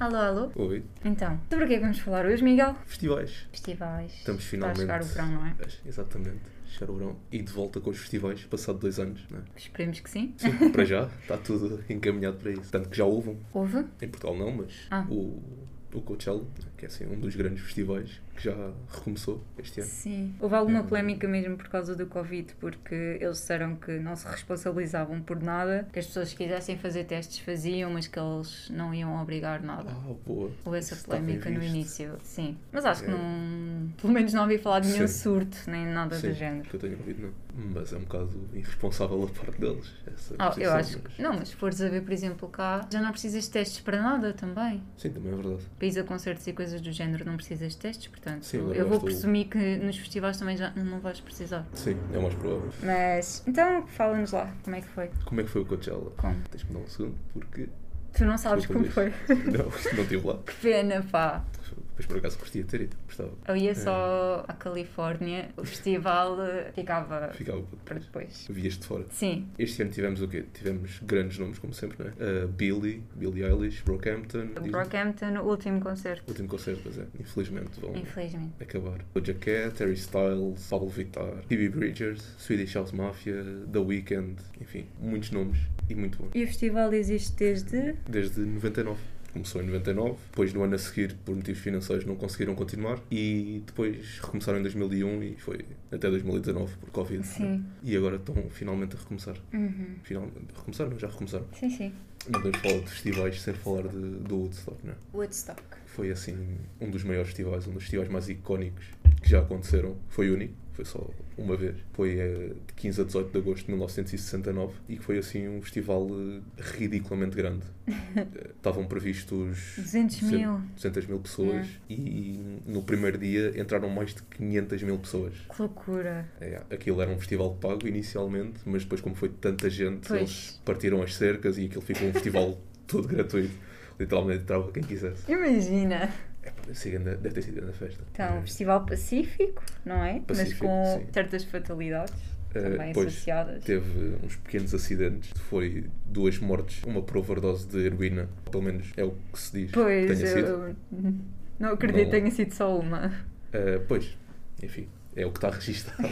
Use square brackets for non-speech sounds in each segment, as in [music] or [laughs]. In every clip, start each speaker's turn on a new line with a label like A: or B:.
A: Alô, alô?
B: Oi.
A: Então, sobre o que é que vamos falar hoje, Miguel?
B: Festivais.
A: Festivais.
B: Estamos finalmente.
A: Está a chegar o verão, não é?
B: Pois, Exatamente. Chegar o verão e de volta com os festivais, passado dois anos,
A: [laughs]
B: não é?
A: Esperemos que sim.
B: Sim, para já, está tudo encaminhado para isso. Tanto que já houve, um.
A: Houve?
B: em Portugal não, mas
A: Ah.
B: o, o Coachella, que é assim, um dos grandes festivais que já recomeçou este ano.
A: Sim. Houve alguma
B: Hum.
A: polémica mesmo por causa do Covid, porque eles disseram que não se responsabilizavam por nada, que as pessoas que quisessem fazer testes faziam, mas que eles não iam obrigar nada.
B: Ah, boa.
A: Houve essa
B: Isso está bem
A: polémica no
B: visto.
A: início, sim. Mas acho que
B: É.
A: não. Pelo menos não ouvi falar de nenhum
B: Sim.
A: surto, nem nada
B: Sim,
A: do género.
B: que eu tenho ouvido, não. Mas é um bocado irresponsável a parte deles. Essa
A: Ah, eu
B: posição,
A: acho
B: mas-
A: que. Não, mas se fores a ver, por exemplo, cá, já não precisas de testes para nada também.
B: Sim, também é verdade.
A: Para ires a concertos e coisas do género não precisas de testes, portanto,
B: Sim, agora
A: eu vou
B: basta o-
A: presumir que nos festivais também já não vais precisar.
B: Sim, é o mais provável.
A: Mas, então, fala-nos lá, como é que foi?
B: Como é que foi o Coachella?
A: Como?
B: Tens que me dar um segundo,
A: [laughs]
B: porque.
A: Tu não sabes como
B: Desculpa,
A: foi.
B: Luís. Não, não estive lá.
A: Que pena, pá.
B: Depois por acaso gostaria de ter ido, gostava.
A: Eu ia só à Califórnia, o festival eh, ficava
B: Ficava
A: para depois.
B: Vias de fora.
A: Sim,
B: Este ano tivemos o quê? Tivemos grandes nomes, como sempre, não é? Uh, Billy, Billie Eilish, Brockhampton. Disney.
A: Brockhampton, o último concerto,
B: Último concerto, pois é. Infelizmente vão
A: infelizmente.
B: acabar. O Jacket, Harry Styles, Pablo Vittar, Phoebe Bridgers, Swedish House Mafia, The Weeknd, enfim, muitos nomes e muito bons.
A: E o festival existe desde.
B: Desde 99. Começou em 99, depois no ano a seguir, por motivos financeiros, não conseguiram continuar e depois recomeçaram em 2001 e foi até 2019 por Covid.
A: Sim.
B: E agora estão finalmente a recomeçar.
A: Uhum.
B: Finalmente, recomeçaram? Já recomeçaram.
A: Sim, sim.
B: Não podemos falar de festivais sem falar de, do Woodstock, não é?
A: Woodstock.
B: Foi assim, um dos maiores festivais, um dos festivais mais icónicos que já aconteceram. Foi único, foi só uma vez. Foi eh, de 15 a 18 de agosto de 1969 e que foi assim um festival eh, ridiculamente grande. Eh, Estavam previstos
A: 200 mil.
B: 200 mil pessoas e no primeiro dia entraram mais de 500 mil pessoas.
A: Que loucura.
B: É, Aquilo era um festival pago inicialmente, mas depois, como foi tanta gente,
A: Pois.
B: eles partiram as cercas e aquilo ficou um festival [laughs] todo gratuito. Literalmente entrava quem quisesse.
A: Imagina.
B: Epá, deve, ser grande- deve ter sido grande a festa.
A: Então,
B: Mas,
A: Festival Pacífico, não é? Mas
B: É. Pacífico,
A: com
B: sim.
A: certas fatalidades
B: eh,
A: também
B: depois
A: associadas.
B: teve uns pequenos acidentes, foi duas mortes, uma por overdose de heroína, pelo menos é o que se diz. que
A: Pois,
B: tenha sido.
A: eu [laughs] não acredito que
B: Não.
A: tenha sido só uma.
B: Eh, pois, enfim, é o que está
A: [laughs]
B: registado.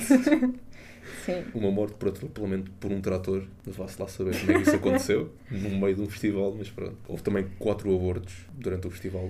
A: Sim.
B: uma morte por atropelamento por um trator. Vá-se lá saber como é que
A: [laughs]
B: isso aconteceu, no meio de um festival, mas pronto. Houve também quatro abortos durante o festival.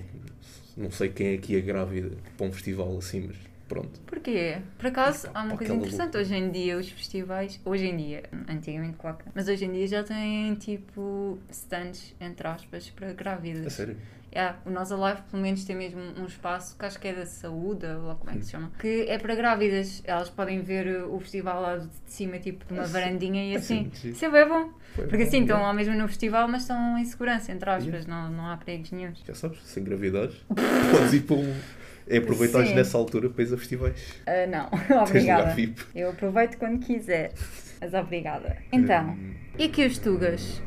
B: Não sei quem é que é grávida para um festival assim, mas pronto.
A: Porquê? Por acaso, há uma
B: Pá,
A: coisa
B: aquela
A: interessante. Hoje em dia, os festivais. Hoje em dia, antigamente, claro que não. Mas hoje em dia já têm tipo stands, entre aspas, para
B: A
A: grávidas.
B: sério?
A: Yeah, o Nós Alive pelo menos tem mesmo um espaço que acho que é da saúde, ou lá como é que se chama, que é para grávidas. Elas podem ver uh, o festival lá de cima, tipo de uma
B: Ah, sim.
A: varandinha e
B: [laughs] Ah, sim,
A: assim.
B: sim.
A: Isso é bem bom.
B: Foi
A: Porque
B: bom,
A: assim estão
B: yeah.
A: lá mesmo no festival, mas estão em segurança, entre aspas,
B: Yeah.
A: não, não há perigos nenhuns.
B: Já sabes,
A: [laughs]
B: sem gravidade, podes ir para um. É aproveitar
A: Sim.
B: nessa altura para ir a festivais.
A: Ah, não,
B: Tens
A: [laughs] obrigada.
B: lugar VIP.
A: Eu aproveito quando quiser, mas obrigada. Então,
B: Hum,
A: e aqui os Tugas?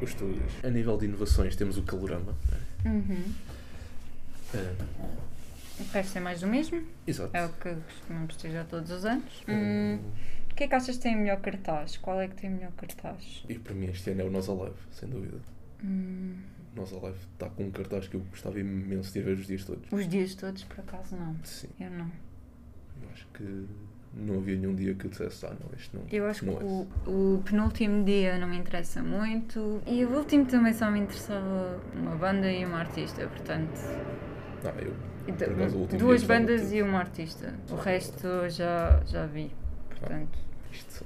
B: os estúdios. A nível de inovações, temos o Calorama. é?
A: Uhum.
B: Ah,
A: O resto é mais do mesmo,
B: exato.
A: é o que costumamos ter já todos os anos. Hum, O que é que achas que tem o melhor cartaz? Qual é que tem o melhor cartaz?
B: E para mim, este ano é o Nós Alive, sem dúvida.
A: Hum,
B: Nós Alive está com um cartaz que eu gostava imenso de ir ver os dias todos.
A: os dias todos, por acaso, não.
B: Sim,
A: Eu não.
B: eu acho que não havia nenhum dia que eu dissesse, ah não, este não
A: Eu acho que
B: não é.
A: o, o penúltimo dia não me interessa muito e o último também só me interessava uma banda e uma artista, portanto.
B: Ah, eu,
A: e
B: Por acaso, o último
A: duas
B: dia gostava
A: bandas
B: de-
A: e uma artista. O resto eu já, já vi, portanto.
B: isto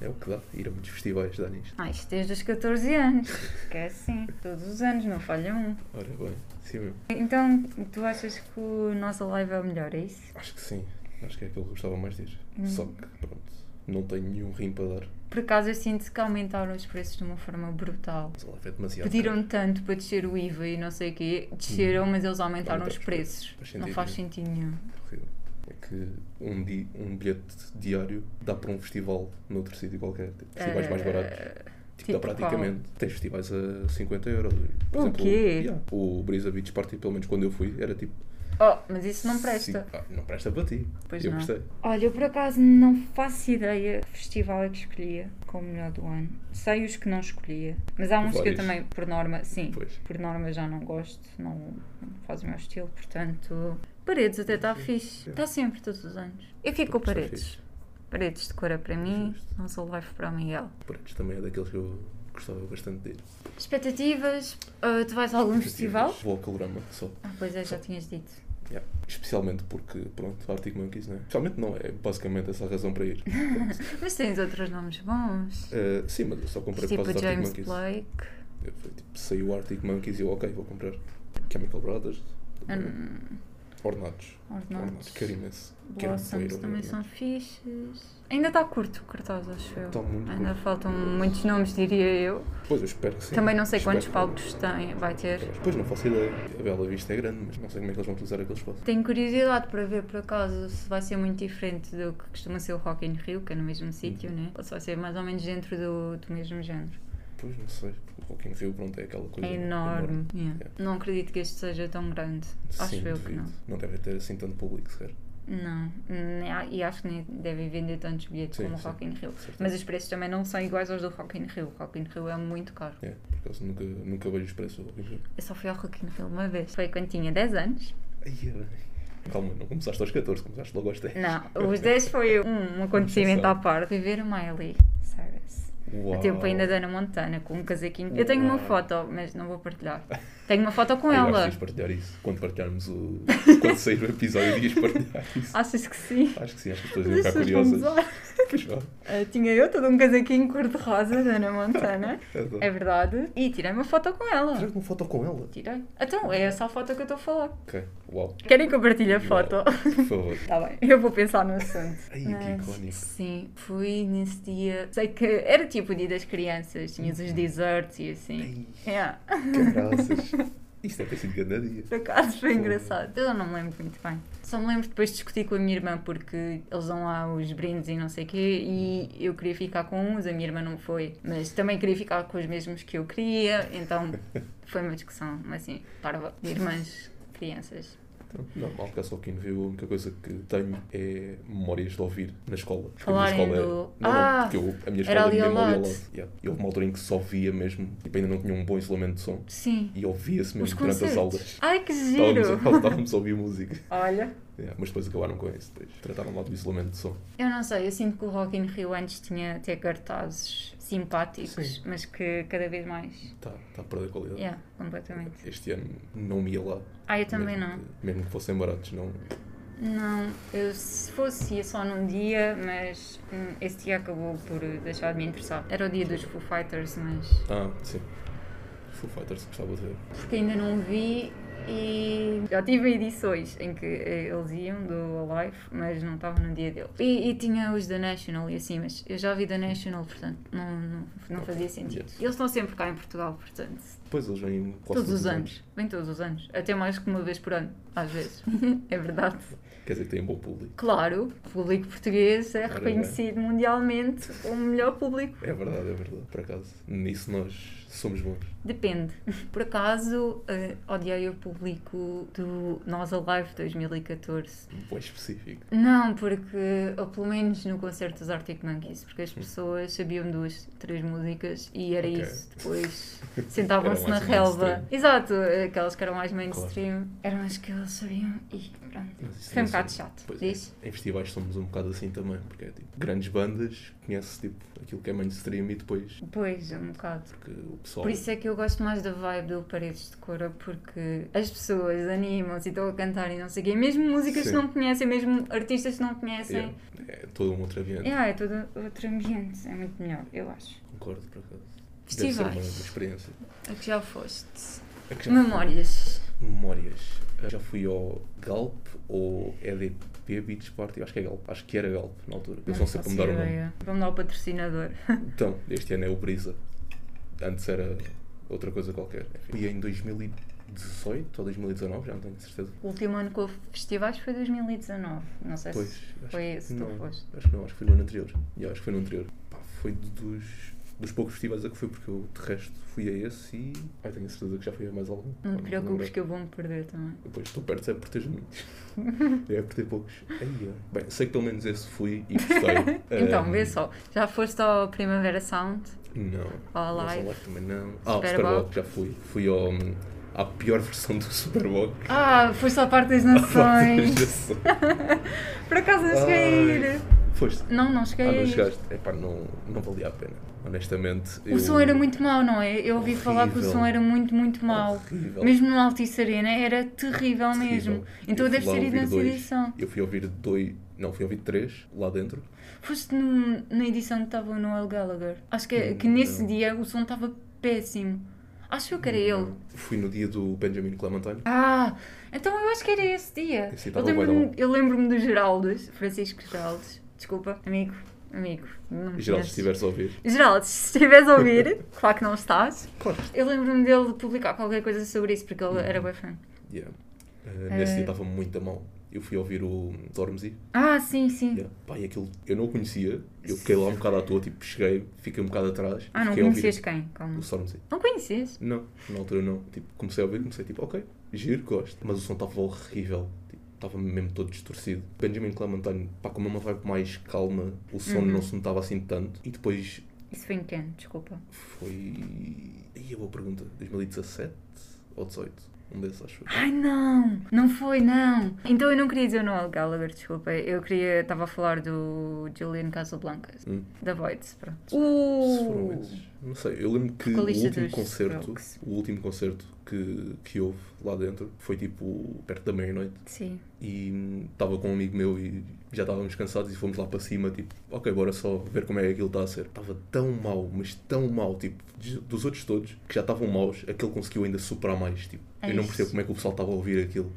B: é o que dá, ir a muitos festivais dá nisto.
A: Ah, isto desde os 14 anos, que é assim, todos os anos, não falha um.
B: Ora bem, sim mesmo.
A: Então, tu achas que o nosso live é o melhor, é isso?
B: Acho que sim, acho que é aquilo que eu gostava mais de ir.
A: Hum.
B: Só que, pronto, não tenho nenhum rim para dar.
A: Por acaso eu sinto que aumentaram os preços de uma forma brutal.
B: Nós Alive é demasiado.
A: Pediram
B: caro.
A: tanto para descer o IVA e não sei o quê, desceram, mas eles aumentaram
B: Hum. Aumentaram
A: os
B: os
A: preços.
B: preços. Faz
A: não
B: sentido é.
A: faz sentido nenhum.
B: Horrível. É que um, di um bilhete diário dá para um festival noutro sítio qualquer. Tipo, festivais mais
A: Eh,
B: baratos. Tipo, dá
A: tipo qual?
B: praticamente. Tens festivais a 50 euros. Por
A: O quê?
B: yeah, o Brisa Beach Party, pelo menos quando eu fui, era tipo
A: Oh, mas isso não presta.
B: Sim, pá, não presta para ti.
A: Pois
B: eu
A: não.
B: gostei.
A: Olha, eu por acaso não faço ideia que festival é que escolhia como melhor do ano. Sei os que não escolhia, mas há uns que eu
B: Vários.
A: também, por norma, sim,
B: Pois.
A: por norma já não gosto, não, não faz o meu estilo, portanto. Paredes até está
B: é.
A: fixe. Está sempre, todos os anos. Eu fico com
B: Está
A: paredes.
B: tá fixe.
A: Paredes de cor é para mim,
B: Justo.
A: não sou live para Miguel.
B: Paredes também é daqueles que eu gostava bastante de ir.
A: Expectativas? Ah, tu vais a algum festival?
B: Vou ao calorama só.
A: Ah, pois é, já tinhas dito.
B: Yeah. Especialmente porque, pronto, Arctic Monkeys, não é? Especialmente não, é basicamente essa a razão para
A: [laughs]
B: ir.
A: Mas tens outros nomes bons.
B: Eh, sim, mas eu só comprei por
A: tipo
B: causa dos Arctic
A: James
B: Monkeys.
A: Blake.
B: Eu fui, tipo, saiu o Arctic Monkeys e eu, ok, vou comprar Chemical Brothers, É.
A: Hum,
B: Ornados. Ornados,
A: Ornados.
B: quero imenso. Quero bué ir
A: Blossoms
B: ao
A: também
B: Ornados.
A: são fixes. Ainda está curto o cartaz, acho eu.
B: Está Então, muito
A: Ainda
B: curto.
A: faltam muitos nomes, diria eu.
B: Pois, eu espero que sim.
A: Também não sei
B: Espero
A: quantos
B: que-
A: palcos tem, vai ter.
B: Pois, não faço ideia. A Bela Vista é grande, mas não sei como é que eles vão utilizar aquele espaço.
A: Tenho curiosidade para ver, por acaso, se vai ser muito diferente do que costuma ser o Rock in Rio, que é no
B: Uhum.
A: mesmo sítio, né? Ou se vai ser mais ou menos dentro do, do mesmo género.
B: Pois, não sei. O Rock in Rio, pronto, é aquela coisa
A: É enorme. Yeah.
B: Yeah.
A: Não acredito que este seja tão grande. Acho
B: Sim,
A: eu que
B: duvido.
A: não.
B: Não deve ter assim tanto público, sequer.
A: Não, nem há- e acho que nem devem vender tantos bilhetes
B: Sim,
A: como o
B: sim.
A: Rock in Rio.
B: Certo.
A: Mas os preços também não são iguais aos do Rock in Rio. O Rock in Rio é muito caro.
B: É, por acaso nunca, nunca vejo os preços do Rock in Rio.
A: Eu só fui ao Rock in Rio uma vez. Foi quando tinha 10 anos.
B: Ai, ai, ai. Calma, não começaste aos 14, começaste logo aos 10.
A: Não, os 10 foi um, um acontecimento à
B: Exceção.
A: parte. Fui ver o Miley Cyrus. A
B: Uau.
A: tempo ainda da Ana Montana, com um casaquinho. Eu tenho uma
B: Uau.
A: foto, mas não vou partilhar. Tenho uma foto com
B: Eu acho que
A: ela.
B: devias partilhar isso. Quando partilharmos o. Quando sair o episódio, devias partilhar isso.
A: Achas que sim?
B: Acho que sim, acho que as pessoas
A: Mas
B: iam
A: as
B: ficar
A: pessoas vão
B: curiosas. É
A: gozar.
B: Pois vá.
A: Ah, Tinha eu todo um casaquinho cor-de-rosa da Ana Montana.
B: Adoro.
A: É verdade. E tirei uma foto com ela.
B: Tiraste uma foto com ela?
A: Tirei. Então, é essa a foto que eu estou a falar.
B: Ok, uau.
A: Querem que eu partilhe a
B: [laughs]
A: foto?
B: Por favor.
A: Está bem, eu vou pensar no assunto.
B: Tá Ai, que icónico.
A: Sim, fui nesse dia. Sei que era tipo o dia das crianças, tinhas os desserts e assim.
B: Uhum. Ai,
A: Yeah.
B: que graças. Isto deve ter sido grande dia.
A: Por acaso foi engraçado. Eu não me lembro muito bem. Só me lembro depois de discutir com a minha irmã porque eles dão lá os brindes e não sei o quê e eu queria ficar com uns, a minha irmã não foi. Mas também queria ficar com os mesmos que eu queria,
B: [laughs]
A: então foi uma discussão assim, parva, de irmãs, crianças.
B: Então, Normal, cá só quem viu, a única coisa que tenho é memórias de ouvir na escola. Porque
A: Falarem
B: a minha escola
A: do-
B: é? Não,
A: Ah,
B: não, porque eu, a minha
A: era
B: escola
A: ali
B: é
A: ao
B: mesmo ali ao
A: lado.
B: lado. Yeah. E houve uma altura em que só via mesmo, tipo, ainda não tinha um bom isolamento de som.
A: Sim.
B: E ouvia-se mesmo durante as aulas.
A: Ai, que
B: Estávamos,
A: giro!
B: [laughs] a- estávamos a ouvir música.
A: Olha.
B: Yeah, mas depois acabaram com isso. Depois trataram lá do isolamento de som.
A: Eu não sei, eu sinto que o Rock in Rio antes tinha até cartazes simpáticos,
B: Sim.
A: mas que cada vez mais.
B: Está tá a perder qualidade.
A: Yeah, completamente.
B: Este ano não me ia lá.
A: Ah, eu também
B: mesmo
A: não.
B: Que, mesmo que fossem baratos, não.
A: Não, eu se fosse ia só num dia, mas hum, esse dia acabou por deixar de me interessar. Era o dia dos Foo Fighters, mas.
B: Ah, sim. Foo Fighters gostava de ver.
A: porque ainda não vi e já tive edições em que eh, eles iam do Alive, mas não estava no dia dele. E, e tinha os da National e assim, mas eu já vi da National, portanto não, não, não fazia sentido.
B: Yes.
A: E eles estão sempre cá em Portugal, portanto,
B: Depois eles vêm quase
A: todos os anos. Vêm todos os anos, até mais que uma vez por ano, às [laughs] vezes. é verdade.
B: Quer dizer que têm bom público.
A: Claro, o público português é
B: Ora bem.
A: reconhecido mundialmente o melhor público
B: É verdade, é verdade. Por acaso, nisso nós somos bons.
A: Depende. Por acaso, eh, odiei o público do Nós Alive 2014.
B: Bem específico.
A: Não, porque, ou pelo menos no concerto dos Arctic Monkeys, porque as pessoas sabiam duas, três músicas e era
B: Ok.
A: isso.
B: [laughs]
A: Depois sentavam-se
B: Era
A: na
B: mais
A: relva.
B: mainstream.
A: Exato, aquelas que eram mais mainstream eram as que eles sabiam e pronto.
B: Mas isso
A: Foi um
B: não sei.
A: bocado chato.
B: Pois é.
A: Diz?
B: Em festivais somos um bocado assim também, porque é tipo, grandes bandas, conhece tipo aquilo que é mainstream e depois,
A: Pois, um bocado.
B: porque o pessoal.
A: Por isso é que eu gosto mais da vibe do Paredes de Cora, porque as pessoas animam-se e estão a cantar e não sei o quê, mesmo músicas que
B: Sim.
A: não conhecem, mesmo artistas que não
B: Yeah.
A: conhecem.
B: É todo um outro ambiente,
A: Yeah, é todo outro ambiente, é muito melhor, eu acho.
B: concordo por acaso. Deve ser uma uma
A: Festivais,
B: experiência.
A: a que já foste.
B: É que já-
A: Memórias.
B: Memórias. Eu Já fui ao Galp ou EDP Beach Party, acho que é Galp, acho que era Galp na altura. Eles vão sempre
A: faço
B: mudar o nome.
A: ideia. Vamos dar o patrocinador.
B: Então, este ano é o Brisa. Antes era outra coisa qualquer. Enfim. E em 2018 ou 2019, já não tenho certeza.
A: O último ano que houve festivais foi 2019. Não sei
B: Pois,
A: se
B: acho
A: foi esse que
B: não,
A: tu foste.
B: Acho que não, acho que foi no ano anterior. Já, acho que foi no anterior. Pá, foi dos dos poucos festivais a que fui, porque eu de resto fui a esse e ai, tenho a certeza que já fui a mais algum.
A: Não
B: Agora
A: te
B: me
A: preocupes
B: lembro.
A: que eu vou me perder também.
B: Depois estou perto, é por teres
A: [laughs]
B: muitos. é por ter poucos. Ai, ai. Bem, sei que pelo menos esse fui e gostei.
A: [laughs] Então,
B: Ahm,
A: vê só. Já foste ao Primavera Sound?
B: Não.
A: Ao
B: Mas
A: Live?
B: também não. Ah, o
A: Superboc.
B: Superboc já fui. Fui ao, à pior versão do Superboc.
A: Ah, foste à
B: [laughs]
A: parte das nações.
B: Ai.
A: Por acaso não cheguei a ir.
B: Foste.
A: Não, não
B: Ah,
A: cheguei a
B: não
A: ir.
B: chegaste. Epá, não, não valia a pena. Honestamente.
A: O som era muito mau, não é? Eu ouvi falar que o
B: Horrível.
A: som era muito, muito mau.
B: Horrível.
A: Mesmo no Altice Arena era terrível,
B: Terrível.
A: mesmo. Então
B: Eu
A: deves
B: fui lá
A: ter ido
B: ouvir
A: nessa
B: dois.
A: edição.
B: Eu fui ouvir dois. Não, fui ouvir três lá dentro.
A: Foste no- na edição que estava o Noel Gallagher. Acho que, é que
B: Hum, Não. Hum,
A: nesse dia o som estava péssimo. Acho eu que era ele.
B: Fui no dia do Benjamin Clementine.
A: Ah, então eu acho que era esse dia.
B: Esse
A: eu
B: estava bué da
A: lembro-me eu lembro-me do Geraldes, Francisco Geraldes. Desculpa, amigo, amigo. Não me
B: Geraldo, se
A: conheces.
B: estiveres a ouvir.
A: Geraldo, se estiveres a
B: [laughs]
A: ouvir, claro que não estás.
B: Claro.
A: Eu lembro-me dele publicar qualquer coisa sobre isso, porque ele era bem fã.
B: Yeah. Uh, nesse
A: Eh.
B: dia estava muito a mão. Eu fui ouvir o Stormzy.
A: Ah, sim, sim.
B: Yeah. Pá, e aquilo eu não o conhecia. Eu fiquei lá um bocado à toa, tipo, cheguei, fiquei um bocado atrás.
A: Ah, não
B: fiquei a ouvir
A: conheces quem? Calma.
B: O Stormzy.
A: Não conheces?
B: Não, na altura não. Tipo, comecei a ouvir, comecei tipo, ok, giro, gosto. Mas o som estava horrível. Tipo, Estava mesmo todo distorcido. Benjamin Clementine, pá, como é uma vibe mais calma, o som
A: Uhum.
B: não se notava assim tanto. E depois
A: Isso foi em quem? Desculpa.
B: foi. Aí é boa pergunta. 2017 ou 18? Um desses, acho eu.
A: Ai não, não foi não. Então eu não queria dizer o Noel Gallagher, desculpa. Eu queria, estava a falar do Julian Casablancas,
B: Hum.
A: da Voids, pronto.
B: Se um foram
A: Uh,
B: esses. Não sei, eu lembro que o
A: Vocalista
B: último
A: dos
B: concerto,
A: Strokes.
B: o último concerto que, que houve lá dentro foi tipo perto da meia-noite
A: sim.
B: e estava com um amigo meu e já estávamos cansados e fomos lá para cima, tipo, ok, bora só ver como é que aquilo está a ser. Estava tão mal, mas tão mal, tipo, de- dos outros todos que já estavam maus, aquele conseguiu ainda superar mais, tipo.
A: É
B: eu não
A: isso.
B: percebo como é que o pessoal estava a ouvir aquilo.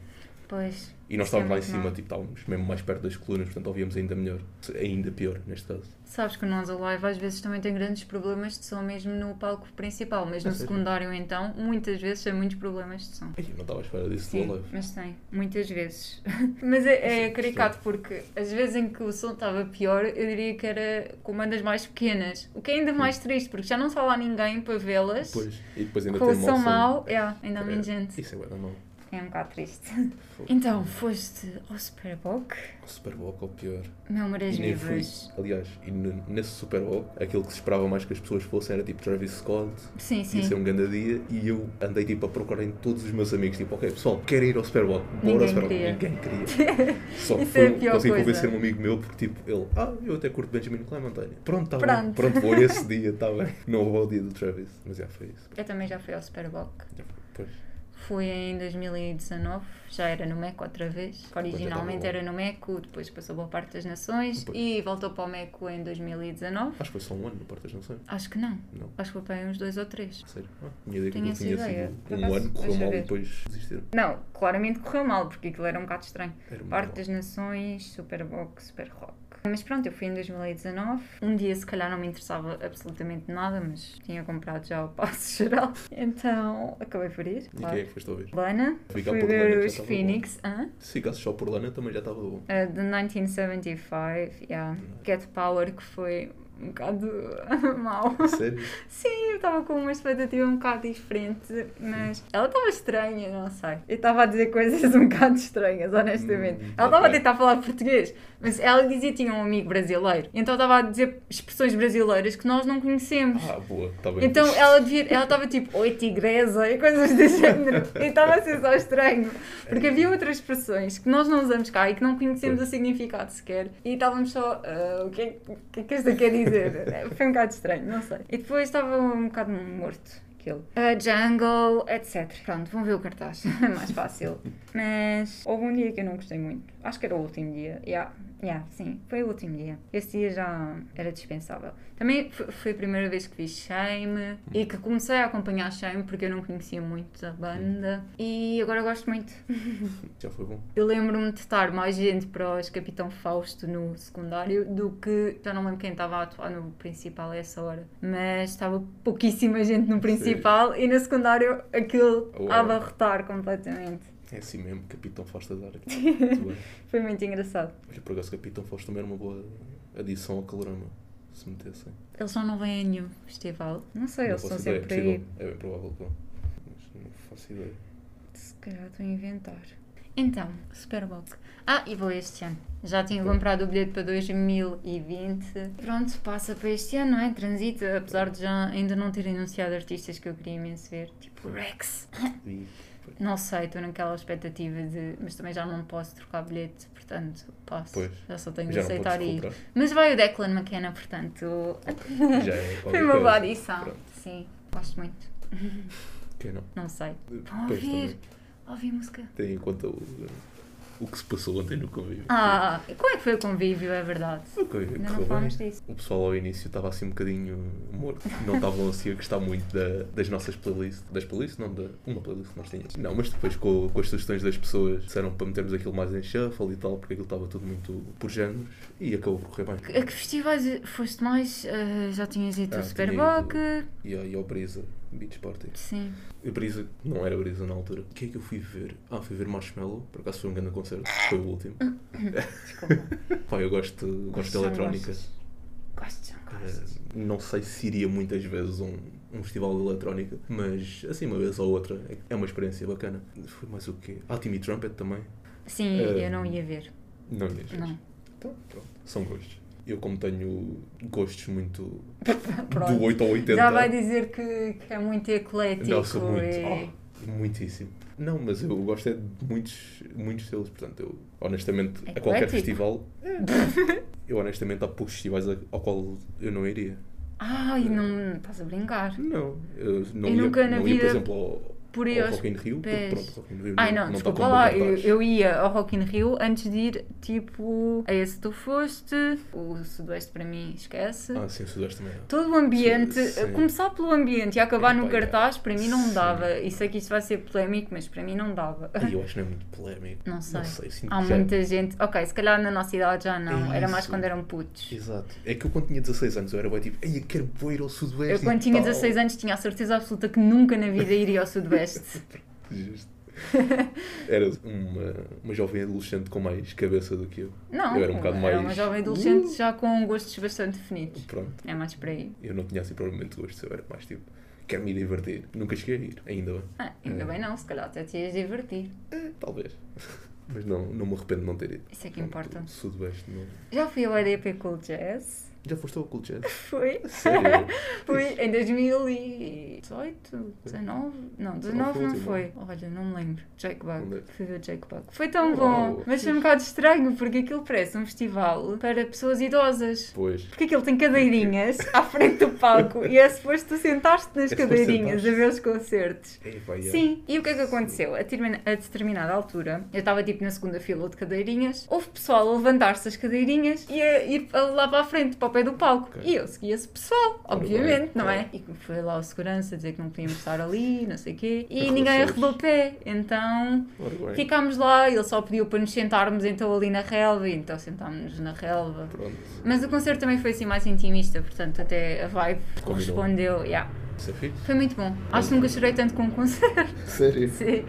A: Pois.
B: E nós
A: Isso é
B: estávamos lá em
A: muito
B: cima,
A: mau.
B: tipo, estávamos mesmo mais perto das colunas, portanto ouvíamos ainda melhor. Ainda pior, neste caso.
A: Sabes que o Nós Alive às vezes também tem grandes problemas de som, mesmo no palco principal, mas no
B: É sério?
A: secundário então, muitas vezes tem muitos problemas de som.
B: Ai, eu não estava à espera disso
A: Sim,
B: do Alive.
A: mas tem, muitas vezes. [laughs] mas é, é
B: Sim,
A: caricato porque as vezes em que o som estava pior, eu diria que era com bandas mais pequenas, o que é ainda mais triste, porque já não está lá ninguém para vê-las.
B: Pois, e depois ainda
A: Com o
B: tem mau
A: som
B: som.
A: mau, é, ainda há menos
B: É,
A: gente.
B: Isso é bué da mal.
A: É um bocado triste. Então, foste ao Superboc,
B: O Super Bowl é o pior.
A: meu
B: E
A: Marés
B: nem fui.
A: Vivas.
B: Aliás, e n- nesse Super Bowl, aquilo que se esperava mais que as pessoas fossem era tipo Travis Scott.
A: Sim,
B: Ia ser
A: sim.
B: um grande dia e eu andei tipo a procurar em todos os meus amigos, tipo, ok pessoal, querem ir ao Super Bowl, bora
A: Ninguém
B: ao Super Bowl.
A: queria.
B: Ninguém
A: [laughs]
B: queria. Só
A: Isso
B: foi-
A: é a pior
B: consegui
A: coisa.
B: convencer um amigo meu porque tipo, ele, ah, eu até curto Benjamin Clementine. Pronto, está bem.
A: Pronto.
B: Pronto,
A: [laughs]
B: vou esse dia, está bem. Não vou ao dia do Travis. Mas já foi isso.
A: Eu também já fui ao Superboc.
B: Já foi. Pois.
A: Fui em 2019, já era no Meco outra vez. que Originalmente
B: já tava
A: era no Meco, depois passou boa parte das Nações
B: Pois.
A: e voltou para o Meco em 2019.
B: Acho que foi só um ano no Porto das Nações.
A: Acho que não.
B: Não.
A: Acho que foi para aí uns dois ou três.
B: Sério? Ah, minha ideia que
A: Tenho
B: não
A: essa
B: tinha
A: ideia.
B: sido
A: Por
B: um
A: acaso,
B: ano, correu
A: deixa
B: mal
A: ver.
B: e depois desistiram.
A: Não, claramente correu mal, porque aquilo era um bocado estranho.
B: Era muito
A: Parte
B: mal.
A: das Nações, Superbox, Super Rock. Mas pronto, eu fui em 2019. Um dia, se calhar, não me interessava absolutamente nada, mas tinha comprado já o [laughs] passo geral. Então, acabei por ir,
B: E quem é
A: claro.
B: que foste ouvir?
A: Lana, fui
B: Ficar por Lana
A: ver
B: já
A: os
B: estava bom.
A: Phoenix. Hã?
B: Se ficasse só por Lana também já
A: [laughs]
B: estava bom.
A: Uh, de 1975, yeah. Get Power, que foi um bocado [laughs] mau.
B: Sério?
A: Sim, eu estava com uma expectativa um bocado diferente, mas ela estava estranha, não sei. Eu estava a dizer coisas um bocado estranhas, honestamente.
B: Hum,
A: ela estava a
B: ok.
A: tentar falar português, mas ela dizia que tinha um amigo brasileiro, então estava a dizer expressões brasileiras que nós não conhecemos.
B: Ah, boa, está bem.
A: Então ela devia, ela estava tipo, oi tigresa e coisas do género. E estava a ser só estranho. Porque havia outras expressões que nós não usamos cá e que não conhecemos o significado sequer. E estávamos só, "Ah, o que é o que, é que esta quer dizer? Foi um bocado estranho, não sei. E depois estava um bocado morto. Aquilo. Ah, jungle, etc. Pronto, vão ver o cartaz, [laughs] é mais fácil. Mas houve um dia que eu não gostei muito. Acho que era o último dia. Yeah. Yeah, sim, foi o último dia. Esse dia já era dispensável. Também f- foi a primeira vez que vi Shame e que comecei a acompanhar Shame porque eu não conhecia muito a banda e agora gosto muito.
B: Já foi bom.
A: Eu lembro-me de estar mais gente para os Capitão Fausto no secundário do que. Já não lembro quem estava a atuar no principal a essa hora, mas estava pouquíssima gente no principal e no secundário aquilo
B: Uau.
A: a abarrotar completamente.
B: É assim mesmo, Capitão Fausto dar
A: [laughs]
B: aqui. Muito bem.
A: Foi muito engraçado.
B: Olha, por acaso, Capitão Fausto também era uma boa adição ao calorama. se metessem.
A: Eles só não vêm a nenhum festival. Não sei, Então, eles
B: faço
A: estão
B: ideia,
A: sempre
B: é
A: aí.
B: possível, É bem provável que não. Mas não faço ideia.
A: Se calhar estou a inventar. Então, Superbock. Ah, e vou este ano. Já tinha
B: Bom.
A: comprado o bilhete para 2020. Pronto, passa para este ano, não é? Transita, apesar de já ainda não ter anunciado artistas que eu queria imenso ver, tipo Rex.
B: E
A: Não sei, estou naquela expectativa de. Mas também já não posso trocar bilhete, portanto, passo.
B: Pois.
A: Já só tenho de
B: já não podes
A: aceitar e ir. [laughs]
B: comprar.
A: Mas vai o Declan McKenna, portanto.
B: Já é
A: Foi
B: qualquer
A: uma boa
B: coisa.
A: adição.
B: Pronto.
A: Sim, gosto muito.
B: Quem não?
A: Não sei. Vão
B: Pois
A: ouvir.
B: também.
A: Ouvi música.
B: Tem em conta o, o que se passou ontem no convívio.
A: Ah, e como é que foi o convívio? É verdade.
B: O convívio
A: Ainda
B: correu
A: não
B: bem.
A: falámos disso.
B: O pessoal ao início estava assim um bocadinho morto. Não estavam assim a gostar muito da- das nossas playlists. Das playlists? Não, da uma playlist que nós tínhamos. Não, mas depois com, com as sugestões das pessoas disseram para metermos aquilo mais em shuffle e tal, porque aquilo estava tudo muito por géneros e acabou por correr
A: Que- A
B: bem.
A: que festivais foste mais? Ah, já tinhas ido ao
B: Ah, tinha
A: Superbock?
B: E, ao- e ao Brisa, Beach Party.
A: Sim.
B: A Brisa, não era Brisa na altura. O que é que eu fui ver? Ah, fui ver Marshmallow, por acaso foi um grande concerto, foi o último.
A: Ah, [laughs] Desculpa.
B: [laughs] Pá, eu gosto, gosto de
A: Já
B: eletrónica.
A: gostas. Gosto, já gosto.
B: Eh, Não sei se iria muitas vezes a um, um festival de eletrónica, mas assim, uma vez ou outra, é- é uma experiência bacana. Foi mais o quê? Ah, Timmy Trumpet também?
A: Sim,
B: eh,
A: eu não ia ver.
B: Não, mesmo.
A: Não. [laughs]
B: Então, pronto. São gostos. Eu, como tenho gostos muito do
A: [laughs] Pronto.
B: 8 ao 80.
A: Já vai dizer que, que é muito eclético. é-
B: Não, sou muito.
A: e-
B: Oh, muitíssimo. Não, mas eu gosto é de muitos, muitos deles. Portanto, eu, honestamente, a qualquer
A: É Eclético.
B: festival. Oh. eu, honestamente, há poucos festivais a- ao qual eu não iria.
A: [laughs] Ai,
B: Eh.
A: não estás a brincar.
B: Não, eu não
A: Eu
B: ia,
A: Ah. nunca na
B: não
A: vida
B: ia, por exemplo, ao,
A: Por
B: ao
A: aí aos
B: Oh, Rock in Rio, porque
A: pés.
B: pronto, Rock in Rio
A: Ai não,
B: não está com
A: desculpa
B: bom
A: lá, eu,
B: cartaz.
A: eu ia ao Rock in Rio antes de ir, tipo, a esse tu foste, o Sudoeste para mim esquece.
B: Ah, sim, o Sudeste também não.
A: Todo o ambiente,
B: Sim.
A: começar pelo ambiente e acabar no
B: Epá, é.
A: cartaz, para mim não
B: Sim.
A: dava. E sei que isto vai ser polémico, mas para mim não
B: [laughs]
A: dava.
B: Ai, eu acho que não é muito polémico.
A: Não sei.
B: Não sei, sinto
A: Há
B: que já-
A: muita gente. Ok, se calhar na nossa idade já não.
B: É
A: Era mais
B: isso.
A: quando eram putos.
B: Exato. É que eu quando tinha 16 anos eu era bem tipo, ai, eu quero bué ir ao Sudoeste.
A: Eu quando tinha
B: [laughs]
A: 16 anos tinha a certeza absoluta que nunca na vida iria ao
B: [laughs]
A: Sudoeste.
B: Justo. Era uma, uma jovem adolescente com mais cabeça do que eu.
A: Não,
B: Eu era um bocado
A: uma
B: mais-
A: jovem adolescente
B: Uh.
A: já com gostos bastante definidos.
B: Pronto.
A: É mais por aí.
B: Eu não tinha assim provavelmente gosto, eu era mais tipo, quero me divertir. Nunca cheguei a ir, ainda bem.
A: Ah, ainda
B: É.
A: bem não, se calhar até te ias divertir.
B: Eh, Talvez. [laughs] Mas não, não me arrependo de não ter ido.
A: Isso é que importa.
B: O Sudoeste não.
A: Já fui ao EDP Cool Jazz.
B: Já foste ao Cool Jazz? [laughs]
A: Foi.
B: Sério?
A: Foi em 2018, 19? Não, 19
B: foi o
A: não
B: último
A: foi. Olha, não me lembro. Jake
B: Não
A: Bug.
B: lembro.
A: Fui ver Jake Bug. Foi tão
B: Uau,
A: bom, mas foi um
B: fixe.
A: bocado estranho porque aquilo parece um festival para pessoas idosas.
B: Pois.
A: Porque aquilo tem cadeirinhas à frente do
B: [laughs]
A: palco e é suposto tu sentaste nas
B: É suposto
A: cadeirinhas a
B: sentar-se.
A: ver os concertos.
B: Ei, vai, é.
A: Sim, e o que é que aconteceu? A, termina- a determinada altura, eu estava tipo na segunda fila de cadeirinhas, houve pessoal a levantar-se das cadeirinhas e a ir a- lá para a frente, para o pé do palco.
B: Ok.
A: E eu segui esse pessoal,
B: Ora bem,
A: obviamente, não é?
B: claro.
A: E foi lá o segurança dizer que não podíamos estar ali, não sei o quê, e
B: Arredou
A: ninguém
B: sós.
A: arredou o pé. Então
B: Ora bem.
A: ficámos lá, ele só pediu para nos sentarmos então ali na relva, e então sentámos-nos na relva.
B: Pronto.
A: Mas o concerto também foi assim mais intimista, portanto até a vibe
B: Combinou.
A: correspondeu. Yeah.
B: Isso é fixe?
A: Foi muito bom. Acho que nunca chorei tanto com um concerto.
B: Sério?
A: Sim,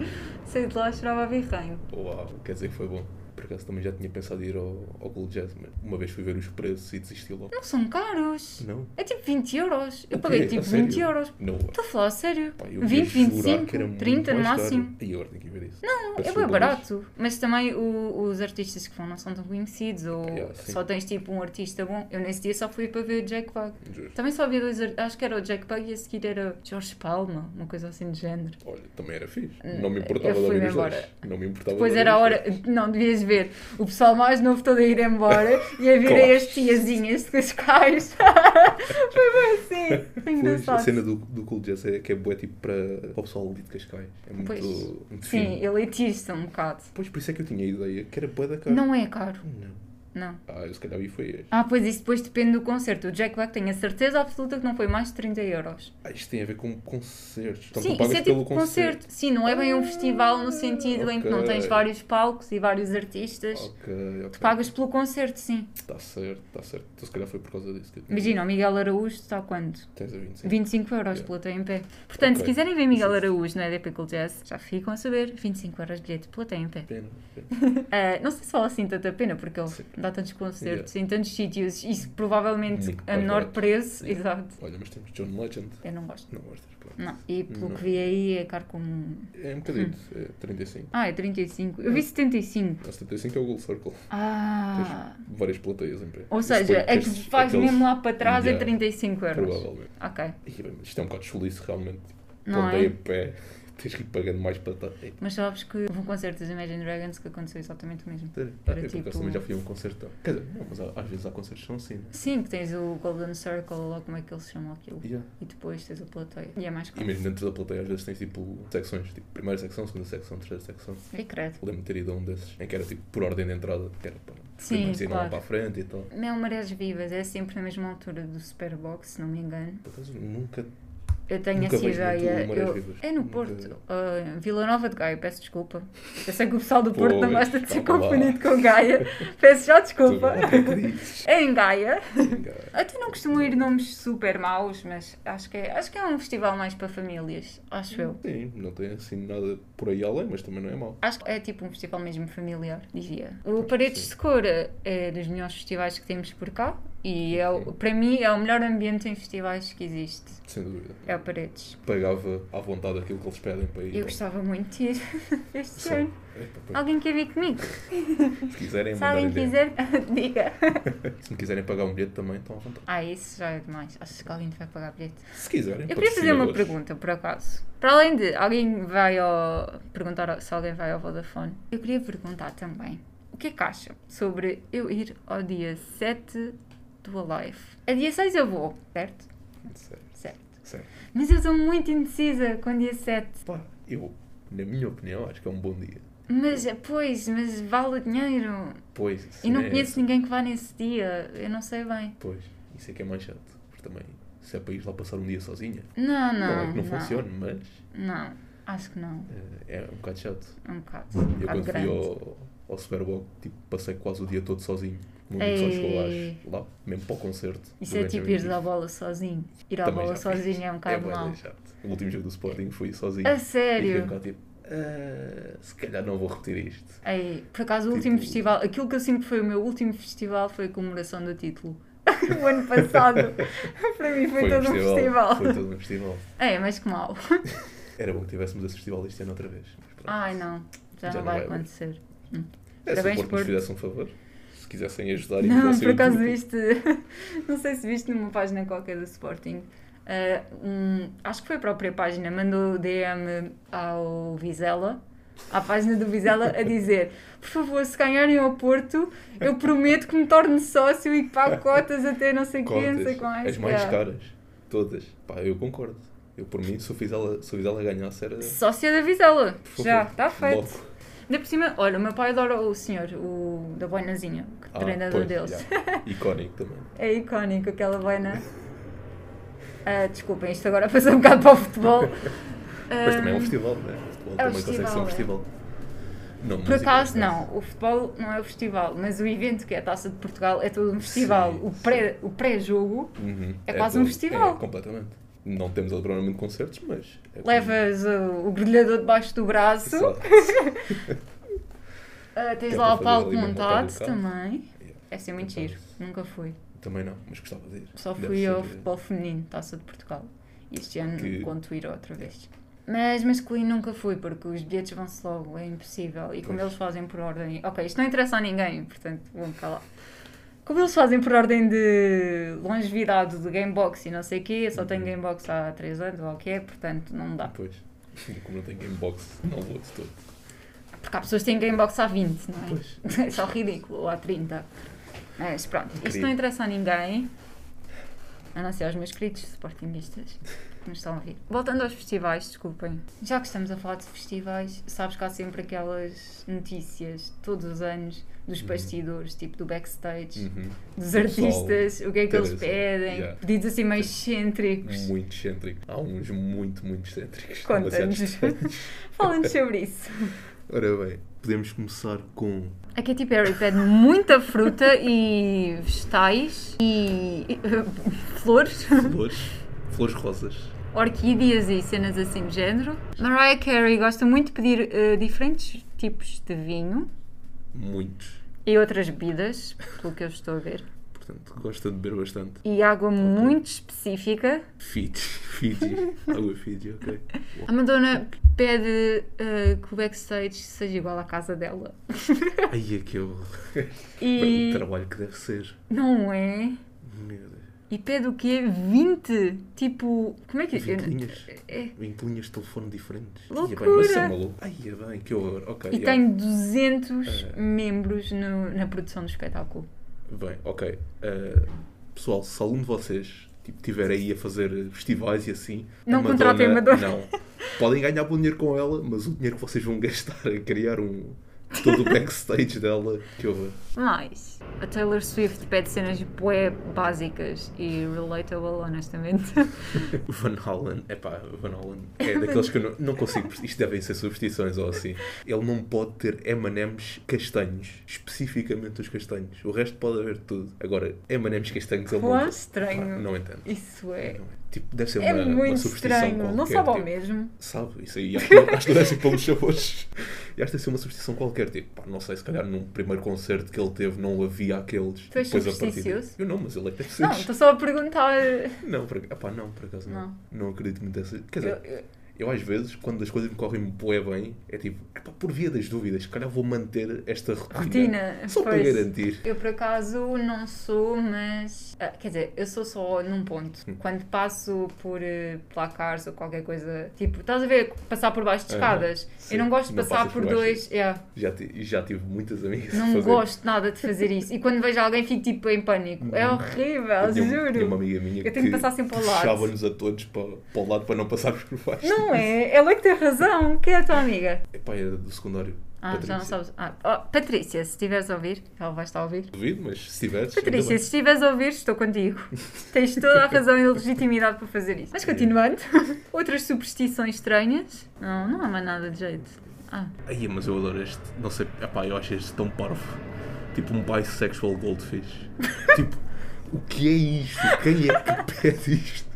A: saí de lá chorava a birranho.
B: Uau, quer dizer que foi bom. Por acaso também já tinha pensado em ir ao, ao Cool Jazz, mas uma vez fui ver os preços e desisti logo.
A: Não são caros.
B: Não?
A: É tipo 20 euros. Eu
B: O
A: paguei
B: quê?
A: tipo
B: A sério?
A: 20 euros. Tá.
B: Não.
A: Estou a falar a sério.
B: Pá, eu
A: 20,
B: ia jurar que era
A: 25,
B: muito
A: 30 no
B: mais caro.
A: máximo.
B: Aí agora tenho que ver isso.
A: Não,
B: Peço
A: é bem
B: desculpa,
A: barato. Mas também o- os artistas que vão não são tão conhecidos ou
B: Yeah, sim.
A: só tens tipo um artista bom. Eu nesse dia só fui para ver o Jack Bug.
B: mas Juro.
A: Também só havia dois, ar- acho que era o Jack Bug e a seguir era o Jorge Palma, uma coisa assim de género.
B: Olha, também era fixe.
A: Hum,
B: Não me importava
A: eu
B: de ouvir
A: fui-me
B: os
A: embora.
B: dois. Não me importava
A: Depois
B: de
A: era a
B: ouvir os
A: hora, não devias ver, o pessoal mais novo todo a ir embora e a vir
B: Claro.
A: a as tiazinhas de
B: [laughs]
A: cascais. Foi bem assim, foi
B: dois. Pois, a
A: engraçado.
B: cena do, do Cool Jazz é que é boa tipo para, para o pessoal ali de Cascais. É muito,
A: Pois.
B: muito
A: Sim,
B: fino.
A: elitista um bocado.
B: Pois, por isso é que eu tinha a ideia que era boa da cara.
A: Não é caro,
B: Não.
A: não.
B: Ah, eu se calhar vi foi este.
A: Ah, pois isso depois depende do concerto. O Jack Black tenho a certeza absoluta que não foi mais de 30 euros.
B: Ah, isto tem a ver com concertos. Então,
A: Sim,
B: tu pagas
A: isso é
B: pelo
A: tipo concerto. Sim, não é bem um festival no sentido em que não tens
B: ok.
A: vários palcos e vários artistas.
B: Ok, ok.
A: Tu pagas pelo concerto, sim.
B: Está certo, está certo. Então, se calhar foi por causa disso que eu tinha.
A: Imagina, o Miguel Araújo está quanto?
B: Tens a 25.
A: 25 euros
B: Yeah.
A: pela plateia em pé. Portanto, se
B: É. Ok.
A: quiserem ver Miguel
B: Sim.
A: Araújo na EDP Cool Jazz, já ficam a saber, 25 euros bilhete pela plateia em pé.
B: Pena, pena.
A: Ah, não sei se vale assim tanta pena, porque ele
B: Sim.
A: dá há tantos concertos em tantos sítios e se provavelmente
B: Muito
A: a
B: mais
A: menor
B: barato.
A: preço, exato.
B: Olha, mas temos John Legend.
A: Eu não gosto.
B: Não gostas, pronto.
A: Não. E pelo
B: Não.
A: que vi aí é caro como.
B: É um bocadito, é 35.
A: Ah, é 35. Eu vi 75.
B: Não, 75 é o Gold Circle.
A: Ah.
B: Várias plateias em pé.
A: Ou
B: Isso
A: seja,
B: foi
A: é que
B: aqueles-
A: vais
B: aqueles-
A: mesmo lá para trás é
B: Yeah.
A: 35 euros.
B: Provavelmente.
A: Ok.
B: Ih, bem, mas isto é um bocado chulice realmente.
A: Não
B: Quando é
A: é?
B: em pé, tens que ir pagando mais para estar. Ei,
A: Mas sabes que houve um concerto dos Imagine Dragons que aconteceu exatamente o mesmo.
B: sério? Ah,
A: Era
B: eu por
A: tipo-
B: acaso também já fui a um concertão. Quer dizer, não, mas há- às vezes há concertos que são assim, né?
A: Sim, que tens o Golden Circle, ou como é que eles chamam aquilo.
B: Yeah.
A: E depois tens a plateia. E é mais
B: E
A: caro.
B: mesmo dentro da plateia, às vezes tens tipo secções, tipo primeira secção, segunda secção, terceira secção.
A: E É credo.
B: Lembro-me de ter ido a um desses, em que era tipo por ordem de entrada, que era para
A: Sim,
B: primeiros irem lá para a
A: claro.
B: frente e tal.
A: Não, Marés Vivas é sempre na mesma altura do Superbox, se não me engano.
B: Por acaso nunca.
A: Eu tenho
B: Nunca
A: essa
B: vejo muito
A: ideia.
B: Marés
A: Eu-
B: Vivas.
A: É no
B: Nunca-
A: Porto. Ah, Vila Nova de Gaia, peço desculpa. Eu sei que o pessoal do Porto não
B: Pois,
A: gosta de ser
B: calma lá.
A: confundido com Gaia. Peço já
B: Tu
A: desculpa.
B: nunca acredites.
A: É em Gaia.
B: Vinga.
A: Até não costumo ir nomes super maus, mas acho que é, acho que é um festival mais para famílias, acho eu.
B: Sim, não tem assim nada por aí além, mas também não é mau.
A: Acho que é tipo um festival mesmo familiar, dizia. O Paredes de Cora é dos melhores festivais que temos por cá e é, o- para mim é o melhor ambiente em festivais que existe.
B: Sem dúvida.
A: É o Paredes.
B: Pagava à vontade aquilo que eles pedem para ir.
A: Eu gostava muito de ir [laughs] este
B: Sim.
A: ano.
B: Epá, pois,
A: Alguém quer vir comigo?
B: Se quiserem,
A: Se
B: mandarem
A: alguém quiser,
B: DM.
A: [laughs] diga.
B: Se me quiserem pagar um bilhete também, estão à vontade.
A: Ah, isso já é demais. Acho que alguém te vai pagar bilhete.
B: Se quiserem.
A: Eu queria fazer uma
B: patrocinadores.
A: pergunta, por acaso. Para além de alguém vai ao. perguntar se alguém vai ao Vodafone, eu queria perguntar também o que é que acham sobre eu ir ao dia 7 do Alive. A dia 6 eu vou, certo?
B: Sério,
A: Certo.
B: sério.
A: Mas eu sou muito indecisa com o dia 7.
B: Pá, eu, na minha opinião, acho que é um bom dia.
A: Mas, eh, pois, mas vale o dinheiro.
B: Pois, isso
A: E não
B: é-
A: conheço ninguém que vá nesse dia. Eu não sei bem.
B: Pois, isso é que é mais chato. Porque também, se é para ir lá passar um dia sozinha,
A: Não, não.
B: não é que não, funcione, mas
A: Não, acho que não.
B: eh, é um bocado chato.
A: É Um bocado. Um
B: Eu
A: bocado
B: quando fui
A: grande.
B: ao, ao Superbowl, tipo, passei quase o dia todo sozinho. O meu amigo só chegou
A: Ei.
B: às- lá, mesmo para o concerto.
A: Isso
B: do
A: é tipo
B: Benjamin
A: ires à
B: Dias.
A: bola sozinho. Ir à
B: Também
A: bola
B: já fiz.
A: sozinho é um bocado
B: bué
A: mau.
B: da chato. O último jogo do Sporting fui sozinho.
A: A
B: E fiquei um
A: sério.
B: bocado tipo, "Ah, se calhar não vou repetir isto.
A: Ei, por acaso, o último
B: Tipo-
A: festival, aquilo que eu sinto que foi o meu último festival foi a comemoração do título. [laughs] o ano passado. Para mim foi, todo um festival.
B: Foi todo um festival.
A: É, mas que mal.
B: Era bom que tivéssemos esse festival este ano outra vez. mas pronto.
A: Ai não, já,
B: Já
A: não vai
B: não vai haver.
A: acontecer.
B: É, se o
A: Parabéns,
B: Porto nos
A: Porto.
B: fizesse um favor, se quisessem ajudar assim, e
A: Não,
B: fizessem
A: por
B: o
A: acaso
B: triplo.
A: viste, [laughs] não sei se viste numa página qualquer do Sporting. eh, um- acho que foi a própria página, mandou o DM ao Vizela, à página do Vizela, a dizer: Por favor, se ganharem ao Porto, eu prometo que me torne sócio e que pago cotas até não sei quem, não sei
B: Contas,
A: quais. É.
B: as mais
A: Yeah.
B: caras, todas. Pá, eu concordo. Eu, por mim, se eu fiz ela, se eu fiz ela ganhasse, era.
A: Sócio da Vizela,
B: por favor,
A: já, está feito.
B: logo.
A: Ainda por cima, olha, o meu pai adora o senhor, o da boinazinha, que
B: Ah,
A: treinador
B: pois,
A: deles.
B: já. Icónico também.
A: [laughs] É icónico aquela boina. Ah, desculpem, isto agora passou um bocado para o futebol. Ah,
B: Mas também é um
A: Ahm,
B: festival, né? O futebol
A: é um
B: também consegue ser
A: festival,
B: um festival. Não,
A: Por
B: música, é,
A: acaso,
B: mas-
A: não, o futebol não é o festival, mas o evento que é a Taça de Portugal é todo um festival.
B: Sim,
A: o pré- o pré-jogo
B: Uhum,
A: É quase um
B: todo-
A: festival.
B: É, completamente. Não temos outro programa de concertos, mas. é
A: levas uh, o grelhador debaixo do braço,
B: como- Exato.
A: ah, tens
B: Que é
A: lá
B: para
A: o
B: fazer
A: palco
B: ali uma
A: montado
B: montada do
A: também.
B: Yeah.
A: É ser muito
B: Então,
A: giro, nunca fui.
B: [laughs] Também não, mas gostava de ir.
A: Só
B: Deve
A: fui
B: ser,
A: ao
B: eh,
A: futebol feminino, Taça de Portugal. E Este ano
B: Que-
A: conto ir outra vez. Mas masculino nunca fui, porque os bilhetes vão-se logo, é impossível. E como
B: Pois.
A: eles fazem por ordem. Ok, isto não interessa a ninguém, portanto, vamos calar. Como eles fazem por ordem de longevidade do Gamebox e não sei o quê, eu só tenho
B: Uhum.
A: Gamebox há 3 anos ou o que é, portanto não dá.
B: Pois. [laughs] Como não tem Gamebox, não vou de todo.
A: Porque há pessoas que têm Gamebox há 20, não é?
B: Pois.
A: É [laughs] só ridículo, ou há 30. Mas pronto, isto
B: Incrível.
A: não interessa a ninguém, a não ser aos meus queridos sportinguistas que me estão a ouvir. Voltando aos festivais, desculpem. Já que estamos a falar de festivais, sabes que há sempre aquelas notícias, todos os anos, dos
B: Uhum.
A: bastidores, tipo do backstage,
B: Uhum.
A: dos
B: Do
A: artistas, o que é que eles
B: interessa.
A: pedem,
B: Yeah.
A: pedidos assim meio excêntricos.
B: Muito excêntrico. Há uns muito, muito excêntricos.
A: Conta-nos. [laughs]
B: Demasiado
A: Fala-nos sobre isso.
B: Ora bem, podemos começar com.
A: A Katy Perry é tipo pede muita fruta e vegetais e [laughs] eh, flores,
B: Flores. Flores rosas.
A: orquídeas e cenas assim de género. Mariah Carey gosta muito de pedir eh, diferentes tipos de vinho.
B: Muitos.
A: E outras bebidas, pelo que eu estou a ver.
B: Portanto, gosta de beber bastante.
A: E água muito específica.
B: Fiji, Fiji,
A: [laughs]
B: água Fiji, ok.
A: A Madonna pede eh, que o backstage seja igual à casa dela.
B: Ai, é que eu... Bem,
A: E.
B: o trabalho que deve ser.
A: Não é?
B: Meu Deus.
A: E pede o quê? 20? Tipo, como é que.
B: 20 linhas.
A: É.
B: 20 linhas de telefone diferentes. Ia bem,
A: Loucura!
B: mas é maluco. Ai, é bem, que horror. Ok,
A: E
B: yeah.
A: tem 200
B: É.
A: membros no- na produção do espetáculo.
B: Bem, ok. Uh, pessoal, se algum de vocês tipo, tiver aí a fazer festivais e assim, a
A: Não contratem a Madonna.
B: Não. Podem ganhar bom dinheiro com ela, mas o dinheiro que vocês vão [laughs] gastar a criar um todo o backstage dela, que horror.
A: Mas a Taylor Swift pede cenas bué básicas e relatable, honestamente.
B: Van Halen, epá, Van Halen
A: [laughs]
B: é daqueles que eu não, não consigo. perce- Isto devem ser superstições ou assim. Ele não pode ter M&M's castanhos, especificamente os castanhos. O resto pode haver tudo. Agora, M&M's castanhos é
A: [laughs]
B: ele não
A: Quão
B: pode. Pá,
A: estranho.
B: não entendo.
A: Isso é.
B: Não é. Tipo, deve ser
A: É
B: uma, uma
A: muito
B: superstição
A: estranho. Não
B: qualquer,
A: sabe ao
B: tipo,
A: mesmo.
B: Sabe, isso aí. Acho que acho que não é assim deve ser pelos sabores. E acho que deve ser uma substituição qualquer. Tipo, pá, não sei, se calhar num primeiro concerto que ele teve não havia aqueles.
A: Tu és
B: Depois, a partir-
A: supersticioso?
B: Eu não, mas ele é que deve ser.
A: Não, estou só a perguntar.
B: Não, por, epá, não, por acaso não.
A: Não.
B: não. acredito muito nessa. Quer dizer,
A: Eu-
B: eu,
A: eu-
B: às vezes, quando as coisas me correm bué bem, é tipo, epá, por via das dúvidas, se calhar vou manter esta rotina.
A: Rotina,
B: Só para
A: pois.
B: garantir.
A: Eu por acaso não sou, mas. ah, quer dizer, eu sou só num ponto.
B: Hum.
A: Quando passo por eh, placares ou qualquer coisa. Tipo, estás a ver? Passar por baixo de
B: Aham,
A: escadas.
B: sim.
A: Eu não gosto de
B: Não
A: passar
B: passas
A: por
B: por baixo.
A: dois. Yeah.
B: Já, ti- já tive muitas amigas a
A: Não
B: fazer.
A: gosto nada de fazer isso. E quando vejo alguém, fico tipo em pânico. É
B: Uhum.
A: horrível,
B: tinha, uma- tinha uma
A: juro.
B: amiga minha
A: Eu tenho que
B: que
A: passar sempre ao lado.
B: puxava-nos a todos para, para o lado para não passarmos por baixo.
A: Não é? Ela é que tem razão. Quem é a tua amiga?
B: Epá, era do secundário.
A: Ah, já não
B: Patrícia.
A: sabes. Ah, oh, Patrícia, se estiveres a ouvir, ela vai estar a ouvir.
B: Duvido, mas se tiveres. ainda
A: Patrícia, se
B: bem.
A: estiveres a ouvir, estou contigo. Tens
B: [laughs]
A: toda a razão e legitimidade para fazer isso. Mas continuando, [laughs] outras superstições estranhas? Não, não há mais nada de jeito. Ah,
B: Ai, mas eu adoro este. Não sei, epá, eu acho este tão parvo. Tipo um bisexual
A: [laughs]
B: goldfish. tipo, o que é isto? Quem é que pede isto?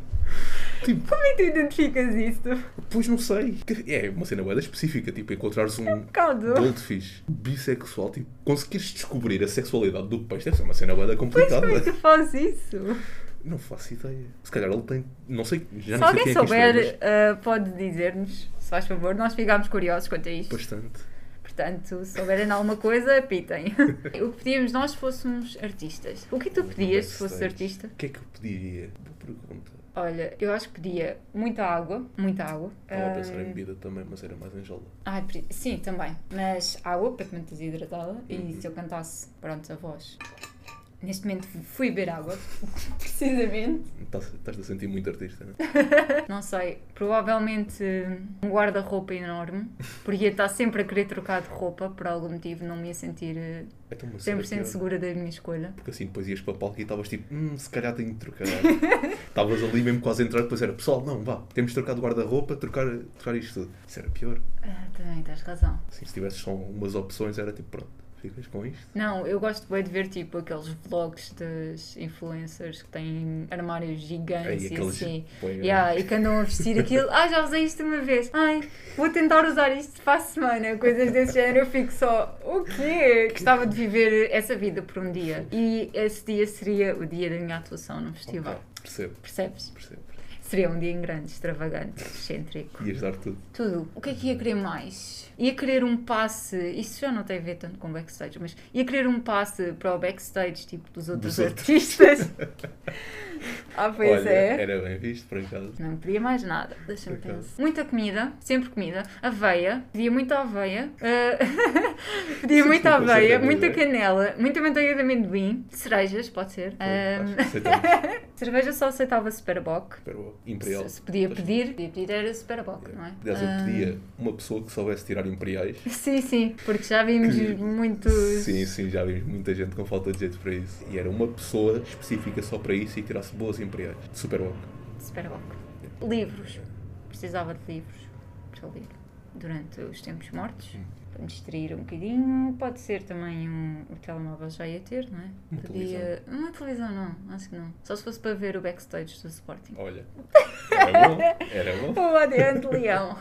B: Tipo,
A: como é que tu identificas isso? Um
B: pois não sei. É uma cena boeda específica, tipo, encontrares um
A: bocado.
B: goldfish bissexual, tipo, conseguires descobrir a sexualidade do peixe, deve ser uma cena boeda
A: Pois como é
B: complicada.
A: que fazes isso?
B: Não faço ideia. Se calhar ele tem. Não sei, já
A: Se
B: não sei
A: alguém
B: quem é que isto é,
A: souber, ah, pode dizer-nos, se faz favor. Nós ficámos curiosos quanto a
B: mas
A: isto.
B: bastante.
A: Portanto, se souberem alguma coisa,
B: [laughs]
A: pitem. o que pedíamos nós se fôssemos artistas? O que tu pedias se fosses artista?
B: O que é que eu pediria? Boa pergunta.
A: Olha, eu acho que pedia muita água, muita água. Hum,
B: Estava a pensar em
A: Ahm,
B: bebida também, mas era mais anjola.
A: Ai, pre- sim, também. Mas água para me manter hidratada e se eu cantasse, pronto, a voz. Neste momento fui beber água, [laughs] precisamente.
B: Estás- Estás-te a sentir muito artista, não é?
A: Não sei, provavelmente um guarda-roupa enorme, porque ia estar sempre a querer trocar de roupa, por algum motivo não me ia sentir eh,
B: Então, mas será
A: 100%
B: que-
A: segura da minha escolha.
B: Porque assim depois ias para o palco e estavas tipo, hum, se calhar tenho de
A: [laughs]
B: trocar. Estavas ali mesmo quase a entrar, depois era, pessoal, não, vá, temos de trocar de guarda-roupa, trocar, trocar isto tudo. Isso era pior.
A: Ah, também tens razão.
B: Assim, se tivesses só umas opções, era tipo, pronto, ficas com isto.
A: Não, eu gosto bem de ver tipo aqueles vlogs das influencers que têm armários gigantes e assim.
B: bué-
A: Yeah, e que andam a vestir aquilo. Ah, já usei isto uma vez. Ai, vou tentar usar isto para a semana. Coisas desse género. Eu fico só, o quê? Gostava de viver essa vida por um dia. E esse dia seria o dia da minha atuação no
B: Ok,
A: festival.
B: Percebo,
A: Percebes?
B: percebo.
A: Seria um dia em grande, extravagante, excêntrico.
B: Ias dar tudo.
A: Tudo. O que é que ia querer mais? Ia querer um passe, isso já não tem a ver tanto com backstage, mas ia querer um passe para o backstage, tipo dos outros
B: outros. [laughs]
A: artistas. ah, pois
B: Olha,
A: é.
B: era bem visto, por acaso.
A: Não pedia mais nada. Deixa-me
B: Por acaso.
A: pensar. Muita comida, sempre comida. Aveia, pedia muita aveia. ah, [laughs] pedia muita
B: Sempre
A: aveia,
B: aceitamos,
A: muita
B: é?
A: canela, muita manteiga de amendoim, cerejas, pode ser. Ah,
B: Acho que [laughs] aceitamos.
A: [laughs] cerveja só aceitava Superboc.
B: Pero,
A: Se,
B: Imperial.
A: se podia
B: Acho-
A: pedir, podia pedir era Superboc, não é?
B: Aliás, eu pedia uma pessoa que soubesse tirar imperiais.
A: Ah, Sim, sim, porque já vimos
B: Que-
A: muitos.
B: Sim, sim, já vimos muita gente com falta de jeito para isso. E era uma pessoa específica só para isso e que tirasse boas imperiais. Super bom.
A: Superboc. Livros. Precisava de livros para ler. durante os tempos mortos.
B: Hum.
A: Para me distrair um bocadinho, pode ser também um, o telemóvel já ia ter, não é?
B: Uma
A: Uma televisão não, acho que não. Só se fosse para ver o backstage do Sporting.
B: Olha, era bom, era bom.
A: Oh, adiante, Leão!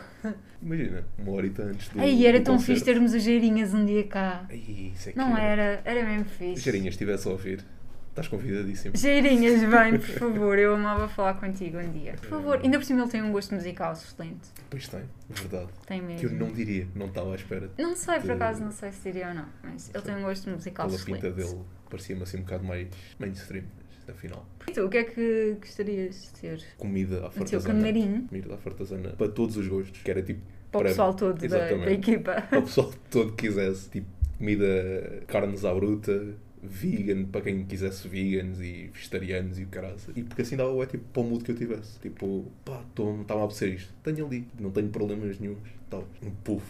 B: Imagina, uma horita antes [laughs] do.
A: Aí era
B: do
A: tão
B: concerto.
A: fixe termos os Geirinhas um dia cá.
B: Ai, isso é que
A: Não era, era mesmo fixe.
B: Gerinha, estivesse a ouvir, estás convidadíssimo.
A: Geirinhas, vem,
B: [laughs]
A: por favor, eu amava falar contigo um dia. Por favor, ainda por cima ele tem um gosto musical excelente.
B: Pois tem, verdade.
A: Tem
B: Que eu
A: mesmo.
B: não diria, não estava à espera.
A: Não sei, por
B: de-
A: acaso, não sei se diria ou não, mas ele tem um gosto musical
B: Pela
A: excelente.
B: pinta dele, parecia-me assim um bocado mais mainstream, mas afinal.
A: E tu, o que é que gostarias de ter?
B: Comida à
A: O teu
B: fartazana.
A: canarinho,
B: Comida à fartazana, para todos os gostos, que era tipo
A: para o
B: Para-
A: pessoal todo da- da,
B: Exatamente. [laughs]
A: equipa.
B: para o pessoal todo que quisesse, tipo comida, carnes à bruta, vegan, para quem quisesse vegans e vegetarianos e o caraça. E porque assim dava o tipo para o mood que eu tivesse. Tipo, pá, estava a apetecer isto. Tenho ali, não tenho problemas nenhums. Tal. Um
A: [laughs]
B: puff.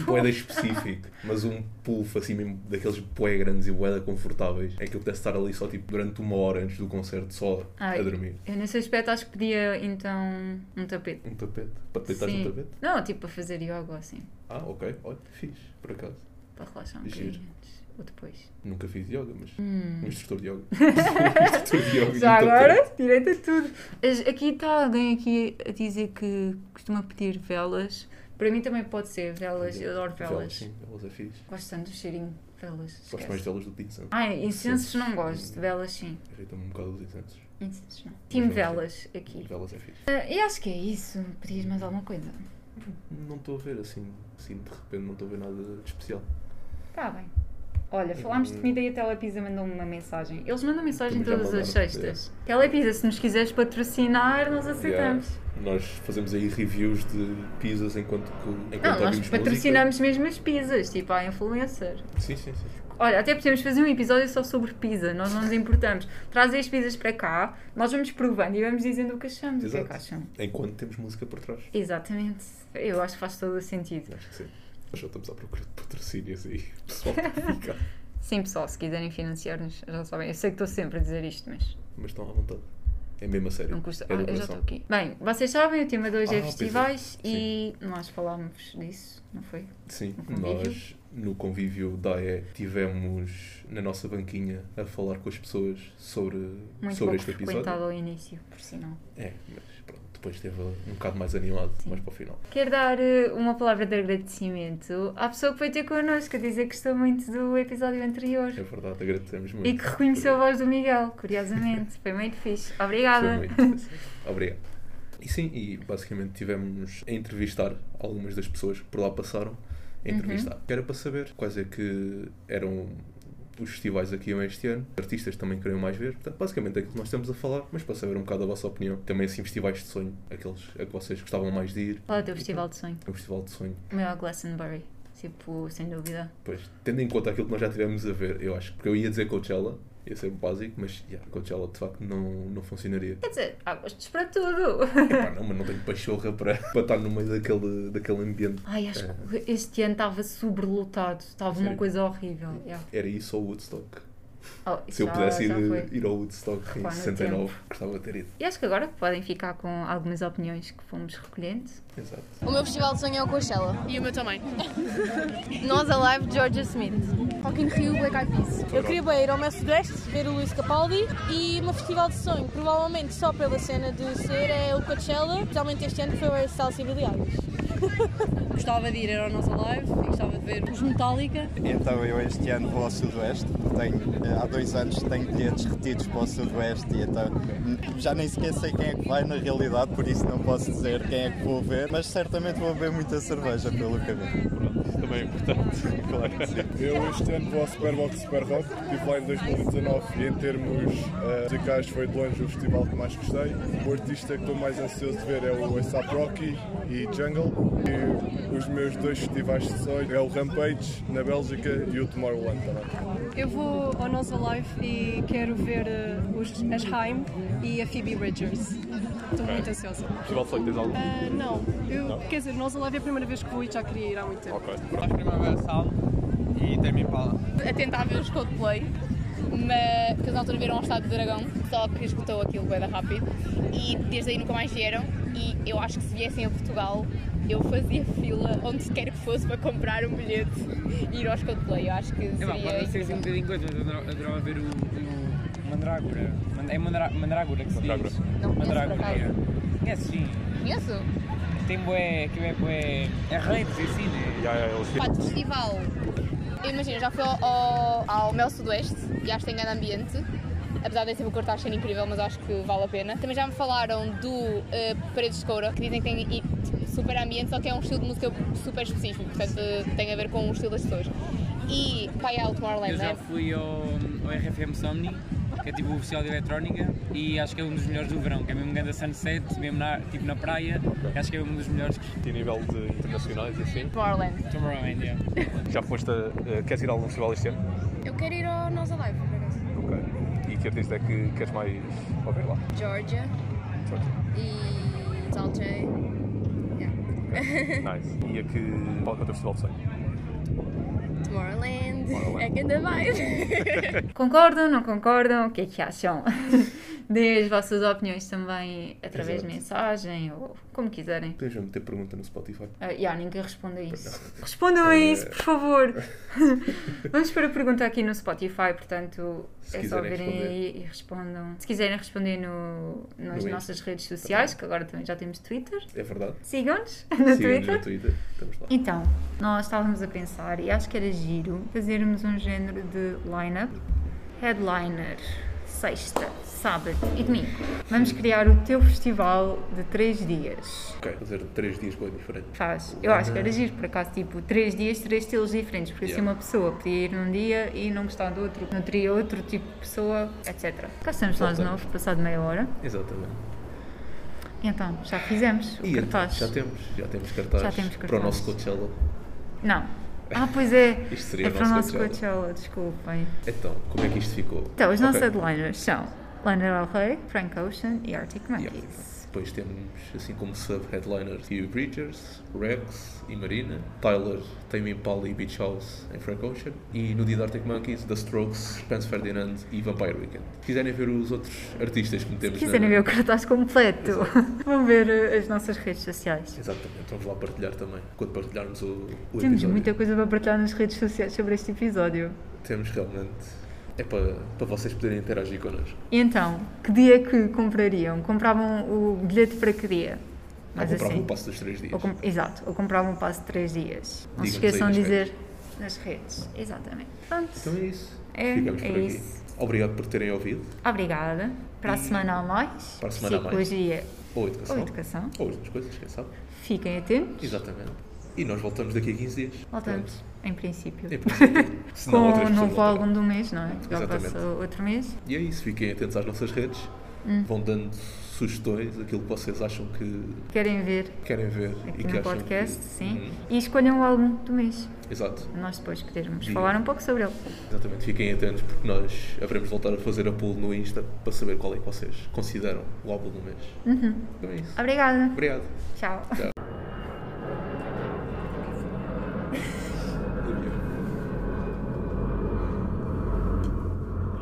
B: Um poeda específico, mas um puff assim mesmo, daqueles bué grandes e boeda confortáveis, é que eu pudesse estar ali só tipo durante uma hora antes do concerto, só
A: Ai.
B: a dormir.
A: Eu nesse aspecto acho que pedia então um tapete.
B: Um tapete. Para deitar
A: Sim.
B: um tapete?
A: Não, tipo para fazer yoga ou assim,
B: Ah, ok. Olha, fiz, por acaso.
A: para relaxar um
B: Giro.
A: bocadinho antes ou depois.
B: Nunca fiz yoga, mas
A: Hum.
B: Um [laughs] instrutor de yoga. um
A: [laughs]
B: instrutor de yoga. e
A: Já
B: um tapete.
A: agora, direito a tudo. Mas Aqui está alguém aqui a dizer que costuma pedir velas. Para mim também pode ser velas, eu adoro
B: Velas,
A: velas.
B: sim, velas é fixe.
A: Gosto tanto do cheirinho, velas.
B: Gosto
A: esquece.
B: mais de velas do que de incensos.
A: Ai, incensos não
B: Incensos.
A: gosto, velas sim.
B: Irrita-me um bocado os incensos.
A: Incensos não. Team
B: velas,
A: velas aqui.
B: Velas é fixe.
A: Ah, e acho que é isso. Pedias mais alguma coisa?
B: Não estou a ver assim, assim, de repente não estou a ver nada de especial.
A: Está Tá bem. Olha, falámos de comida e a Telepisa mandou-me uma mensagem. Eles mandam mensagem
B: Também já
A: todas as
B: mandaram,
A: sextas. Telepisa, se nos quiseres patrocinar, nós aceitamos.
B: Nós fazemos aí reviews de pizzas enquanto que enquanto
A: Não, Ah, nós
B: ouvimos
A: patrocinamos mesmo as pizzas, tipo a influencer.
B: música. Sim, sim, sim.
A: Olha, até podemos fazer um episódio só sobre pizza, nós não nos importamos. Trazem as pizzas para cá, nós vamos provando e vamos dizendo o que achamos. O que é que
B: Exato.
A: acham?
B: Enquanto temos música por trás.
A: Exatamente. Eu acho que faz todo o sentido.
B: Acho que sim. Nós já estamos à procura de patrocínios aí, [laughs]
A: [laughs]
B: pessoal, para ficar.
A: Sim, pessoal, se quiserem financiar-nos, já sabem. Eu sei que estou sempre a dizer isto, mas
B: Mas estão à vontade. É mesmo a sério.
A: Não custa.
B: É
A: Ah,
B: do
A: eu já
B: coração.
A: estou aqui. Bem, vocês sabem, o tema de hoje é
B: Ah, pois é.
A: festivais e nós falámos disso, não foi?
B: Sim,
A: No convívio?
B: nós no convívio da AE tivemos na nossa banquinha a falar com as pessoas sobre,
A: Muito pouco
B: sobre este episódio.
A: frequentado ao início, por sinal.
B: É, mas pronto, depois esteve um bocado mais animado,
A: Sim.
B: mais para o final.
A: Quero dar eh, uma palavra de agradecimento à pessoa que foi ter connosco a dizer que gostou muito do episódio anterior
B: É verdade, agradecemos muito.
A: e que reconheceu a voz do Miguel, curiosamente. foi muito fixe.
B: Foi
A: Obrigada.
B: muito. Obrigado. E sim, e basicamente tivemos a entrevistar algumas das pessoas que por lá passaram a entrevistar.
A: Uhum.
B: Que Era para saber quais é que eram os festivais aqui este ano, artistas também queriam mais ver, portanto, basicamente é aquilo que nós estamos a falar, mas para saber um bocado a vossa opinião. Também assim festivais de sonho, aqueles a que vocês gostavam mais de ir.
A: Qual é o teu festival de sonho?
B: O festival de sonho.
A: O meu é o Glastonbury. Tipo, sem dúvida.
B: Pois, tendo em conta aquilo que nós já tivemos a ver, eu acho, porque eu ia dizer Coachella, ia ser básico, mas yeah, Coachella de facto não, não funcionaria.
A: [laughs] Quer dizer, há gostos para tudo.
B: Epá, não, mas não tenho pachorra para, [laughs] para estar no meio daquele, daquele ambiente.
A: Ai, acho que este ano estava sobrelotado. Estava uma
B: É. Sério?
A: coisa horrível. Yeah.
B: Era isso ao Woodstock.
A: Oh,
B: Se eu
A: já-
B: pudesse
A: já foi.
B: ir, eh, ir ao Woodstock
A: Pá,
B: em
A: no
B: 69, gostava de ter ido.
A: E acho que agora podem ficar com algumas opiniões que fomos recolhendo.
B: Exato.
C: O meu festival de sonho é o Coachella.
D: E o meu também.
C: [laughs] Nós Alive, Georgia Smith. Rock in Rio, Black Eyed Peas.
E: Eu queria bem ir ao Mestre Sudeste, ver o Luís Capaldi e o meu festival de sonho, provavelmente só pela cena de ser, é o Coachella. Especialmente este ano que foi o Arsenal Civil de Águas.
D: Gostava de ir ao nosso live e gostava de ver os Metallica.
F: Então eu este ano vou ao Sudoeste, tenho, eh, há dois anos tenho bilhetes retidos para o Sudoeste e então n- já nem sequer sei quem é que vai na realidade, por isso não posso dizer quem é que vou ver, mas certamente vou beber muita cerveja pelo caminho.
G: Eu este ano vou ao Superbox Super Rock, estive lá em 2019 e em termos eh, musicais foi de longe o festival que mais gostei. O artista que estou mais ansioso de ver é o A$AP Rocky e Jungle. E os meus dois festivais de sonho é o Rampage na Bélgica e o Tomorrowland também.
H: Eu vou ao Nossa Life e quero ver eh, os, as Haim e a Phoebe Bridgers. Estou muito ansiosa.
I: Festival de Sonho, tens algum?
H: Ah, não, eu, quer dizer, Nossa Live é a primeira vez que vou e já queria ir há muito tempo.
I: Ok. Acho Primavera Sound e Tame Impala.
J: a tentar ver os Coldplay, mas que eles na altura viram ao estado do dragão, só que esgotou aquilo bem rápido e desde aí nunca mais vieram e eu acho que se viessem a Portugal eu fazia fila onde quer que fosse para comprar um bilhete e ir aos Coldplay. Eu acho que
K: É pá,
J: seria.
K: pode ser assim um bocadinho coisa, mas eu adorava- adorava ver o, o Mandrágora. Mand- É Mandra- Mandrágora que se diz.
J: Não conheço, por
K: Mandrágora.
J: acaso.
K: é. Conhece sim.
J: Conheço?
K: Tem bué, que é bué, é redes e assim, né?
J: Pá, de festival. Eu imagino, já fui ao, ao, ao Mel Sudoeste e acho que tem grande ambiente. Apesar de ser uma cortar cena incrível, mas acho que vale a pena. Também já me falaram do eh, Paredes de Coura, que dizem que tem i- tipo, super ambiente, só que é um estilo de música super específico, portanto eh, tem a ver com o estilo das pessoas. E pai ao Tomorrowland,
K: Eu
J: né?
K: já fui ao, ao RFM Somni, que é tipo o festival de eletrónica, e acho que é um dos melhores do verão, que é mesmo um grande sunset, mesmo na, tipo na praia, que acho que é um dos melhores.
L: E a nível de internacionais e assim?
J: Tomorrowland.
K: Tomorrowland, yeah.
L: Já foste a. a- queres ir a algum festival este ano?
M: Eu quero ir ao Nós Alive, por acaso.
L: E que artista é que queres mais ouvir
A: [laughs]
L: lá?
M: Georgia e Salche. Yeah.
L: Nice. E a que. Qual é o teu festival de sonho?
M: Tomorrowland. É que ainda vai.
A: Concordam, não concordam? O que é que acham? [laughs] Deem as vossas opiniões também através de
B: Exato.
A: mensagem ou como quiserem.
B: Tens de meter pergunta no Spotify.
A: Ah, yeah, ninguém responde a isso. Respondam a isso, por
B: [laughs]
A: favor. Vamos para a pergunta aqui no Spotify, portanto
B: Se
A: é só
B: quiserem
A: verem
B: responder.
A: aí e respondam. Se quiserem responder no, nas
B: No
A: nossas
B: Insta. Tá
A: redes sociais, que agora também já temos Twitter.
B: É verdade.
A: Sigam-nos [laughs] no
B: Sigam-nos
A: Twitter.
B: no Twitter. Estamos
A: [laughs]
B: lá.
A: Então, nós estávamos a pensar, e acho que era giro, fazermos um género de line-up. Headliner, sexta, sábado e domingo. Vamos criar o teu festival de três dias.
B: Ok, fazer três dias coisa diferente.
A: Faz. Eu acho que era giro, por acaso, tipo, três dias, três estilos diferentes, porque assim
B: Yeah.
A: uma pessoa podia ir num dia e não gostar do outro, não teria outro tipo de pessoa, etc. Cá estamos nós de
B: Exatamente.
A: novo, passado meia hora.
B: Exatamente.
A: E Então, já fizemos o
B: E
A: cartaz.
B: já temos, já temos cartaz,
A: Já temos
B: para
A: cartaz.
B: o nosso Coachella.
A: Não. Ah, pois é.
B: [laughs] Isto seria
A: é
B: o
A: para o
B: nosso
A: nosso Coachella, desculpem.
B: Então, como é que isto ficou?
A: Então, os
B: Ok.
A: nossos headliners são Lana Del Rey, Frank Ocean e Arctic Monkeys.
B: Depois temos, assim como sub-headliners, Hugh Bridgers, Rex e Marina. Tyler, Tame Impala e Beach House em Frank Ocean. E no dia de Arctic Monkeys, The Strokes, Spence Ferdinand e Vampire Weekend. Se quiserem ver os outros artistas que metemos
A: Quiserem
B: na...
A: ver o cartaz completo, [laughs] vão ver eh, as nossas redes sociais.
B: Exatamente, vamos lá partilhar também, quando partilharmos o, o
A: Temos
B: episódio.
A: muita coisa para partilhar nas redes sociais sobre este episódio.
B: Temos realmente... É para, para vocês poderem interagir connosco.
A: E então, que dia que comprariam? Compravam o bilhete para que dia?
B: Ou
A: Mais
B: compravam
A: assim.
B: o um passo dos três dias.
A: Ou com- Exato, ou compravam um passo de 3 dias. Não se
B: Digam-nos aí
A: esqueçam
B: nas
A: de dizer nas redes. Exatamente. Pronto.
B: Então é isso.
A: É,
B: Ficamos
A: é
B: por aqui.
A: isso.
B: Obrigado por terem ouvido.
A: Obrigada. Para a semana a mais.
B: Para a semana a mais.
A: Psicologia
B: Ou educação.
A: Ou educação.
B: Ou outras coisas, quem sabe.
A: Fiquem atentos.
B: Exatamente. E nós voltamos daqui a 15 dias.
A: Voltamos, em princípio.
B: Em princípio. Se não,
A: [laughs] Com
B: outras
A: o
B: pessoas
A: novo
B: voltarão.
A: álbum do mês, não é? Já
B: Exatamente.
A: passou outro mês.
B: E é isso. Fiquem atentos às nossas redes.
A: Hum.
B: Vão dando sugestões, aquilo que vocês acham que
A: Querem ver
B: querem ver.
A: aqui
B: e que
A: no
B: acham
A: podcast,
B: que-
A: sim.
B: Uhum.
A: E escolham o álbum do mês.
B: Exato.
A: Nós depois podermos
B: Diga.
A: falar um pouco sobre ele.
B: Exatamente. Fiquem atentos porque nós haveremos de voltar a fazer a poll no Insta para saber qual é que vocês consideram o álbum do mês.
A: Uhum.
B: Então é isso.
A: Obrigada.
B: Obrigado.
A: Tchau.
B: Tchau.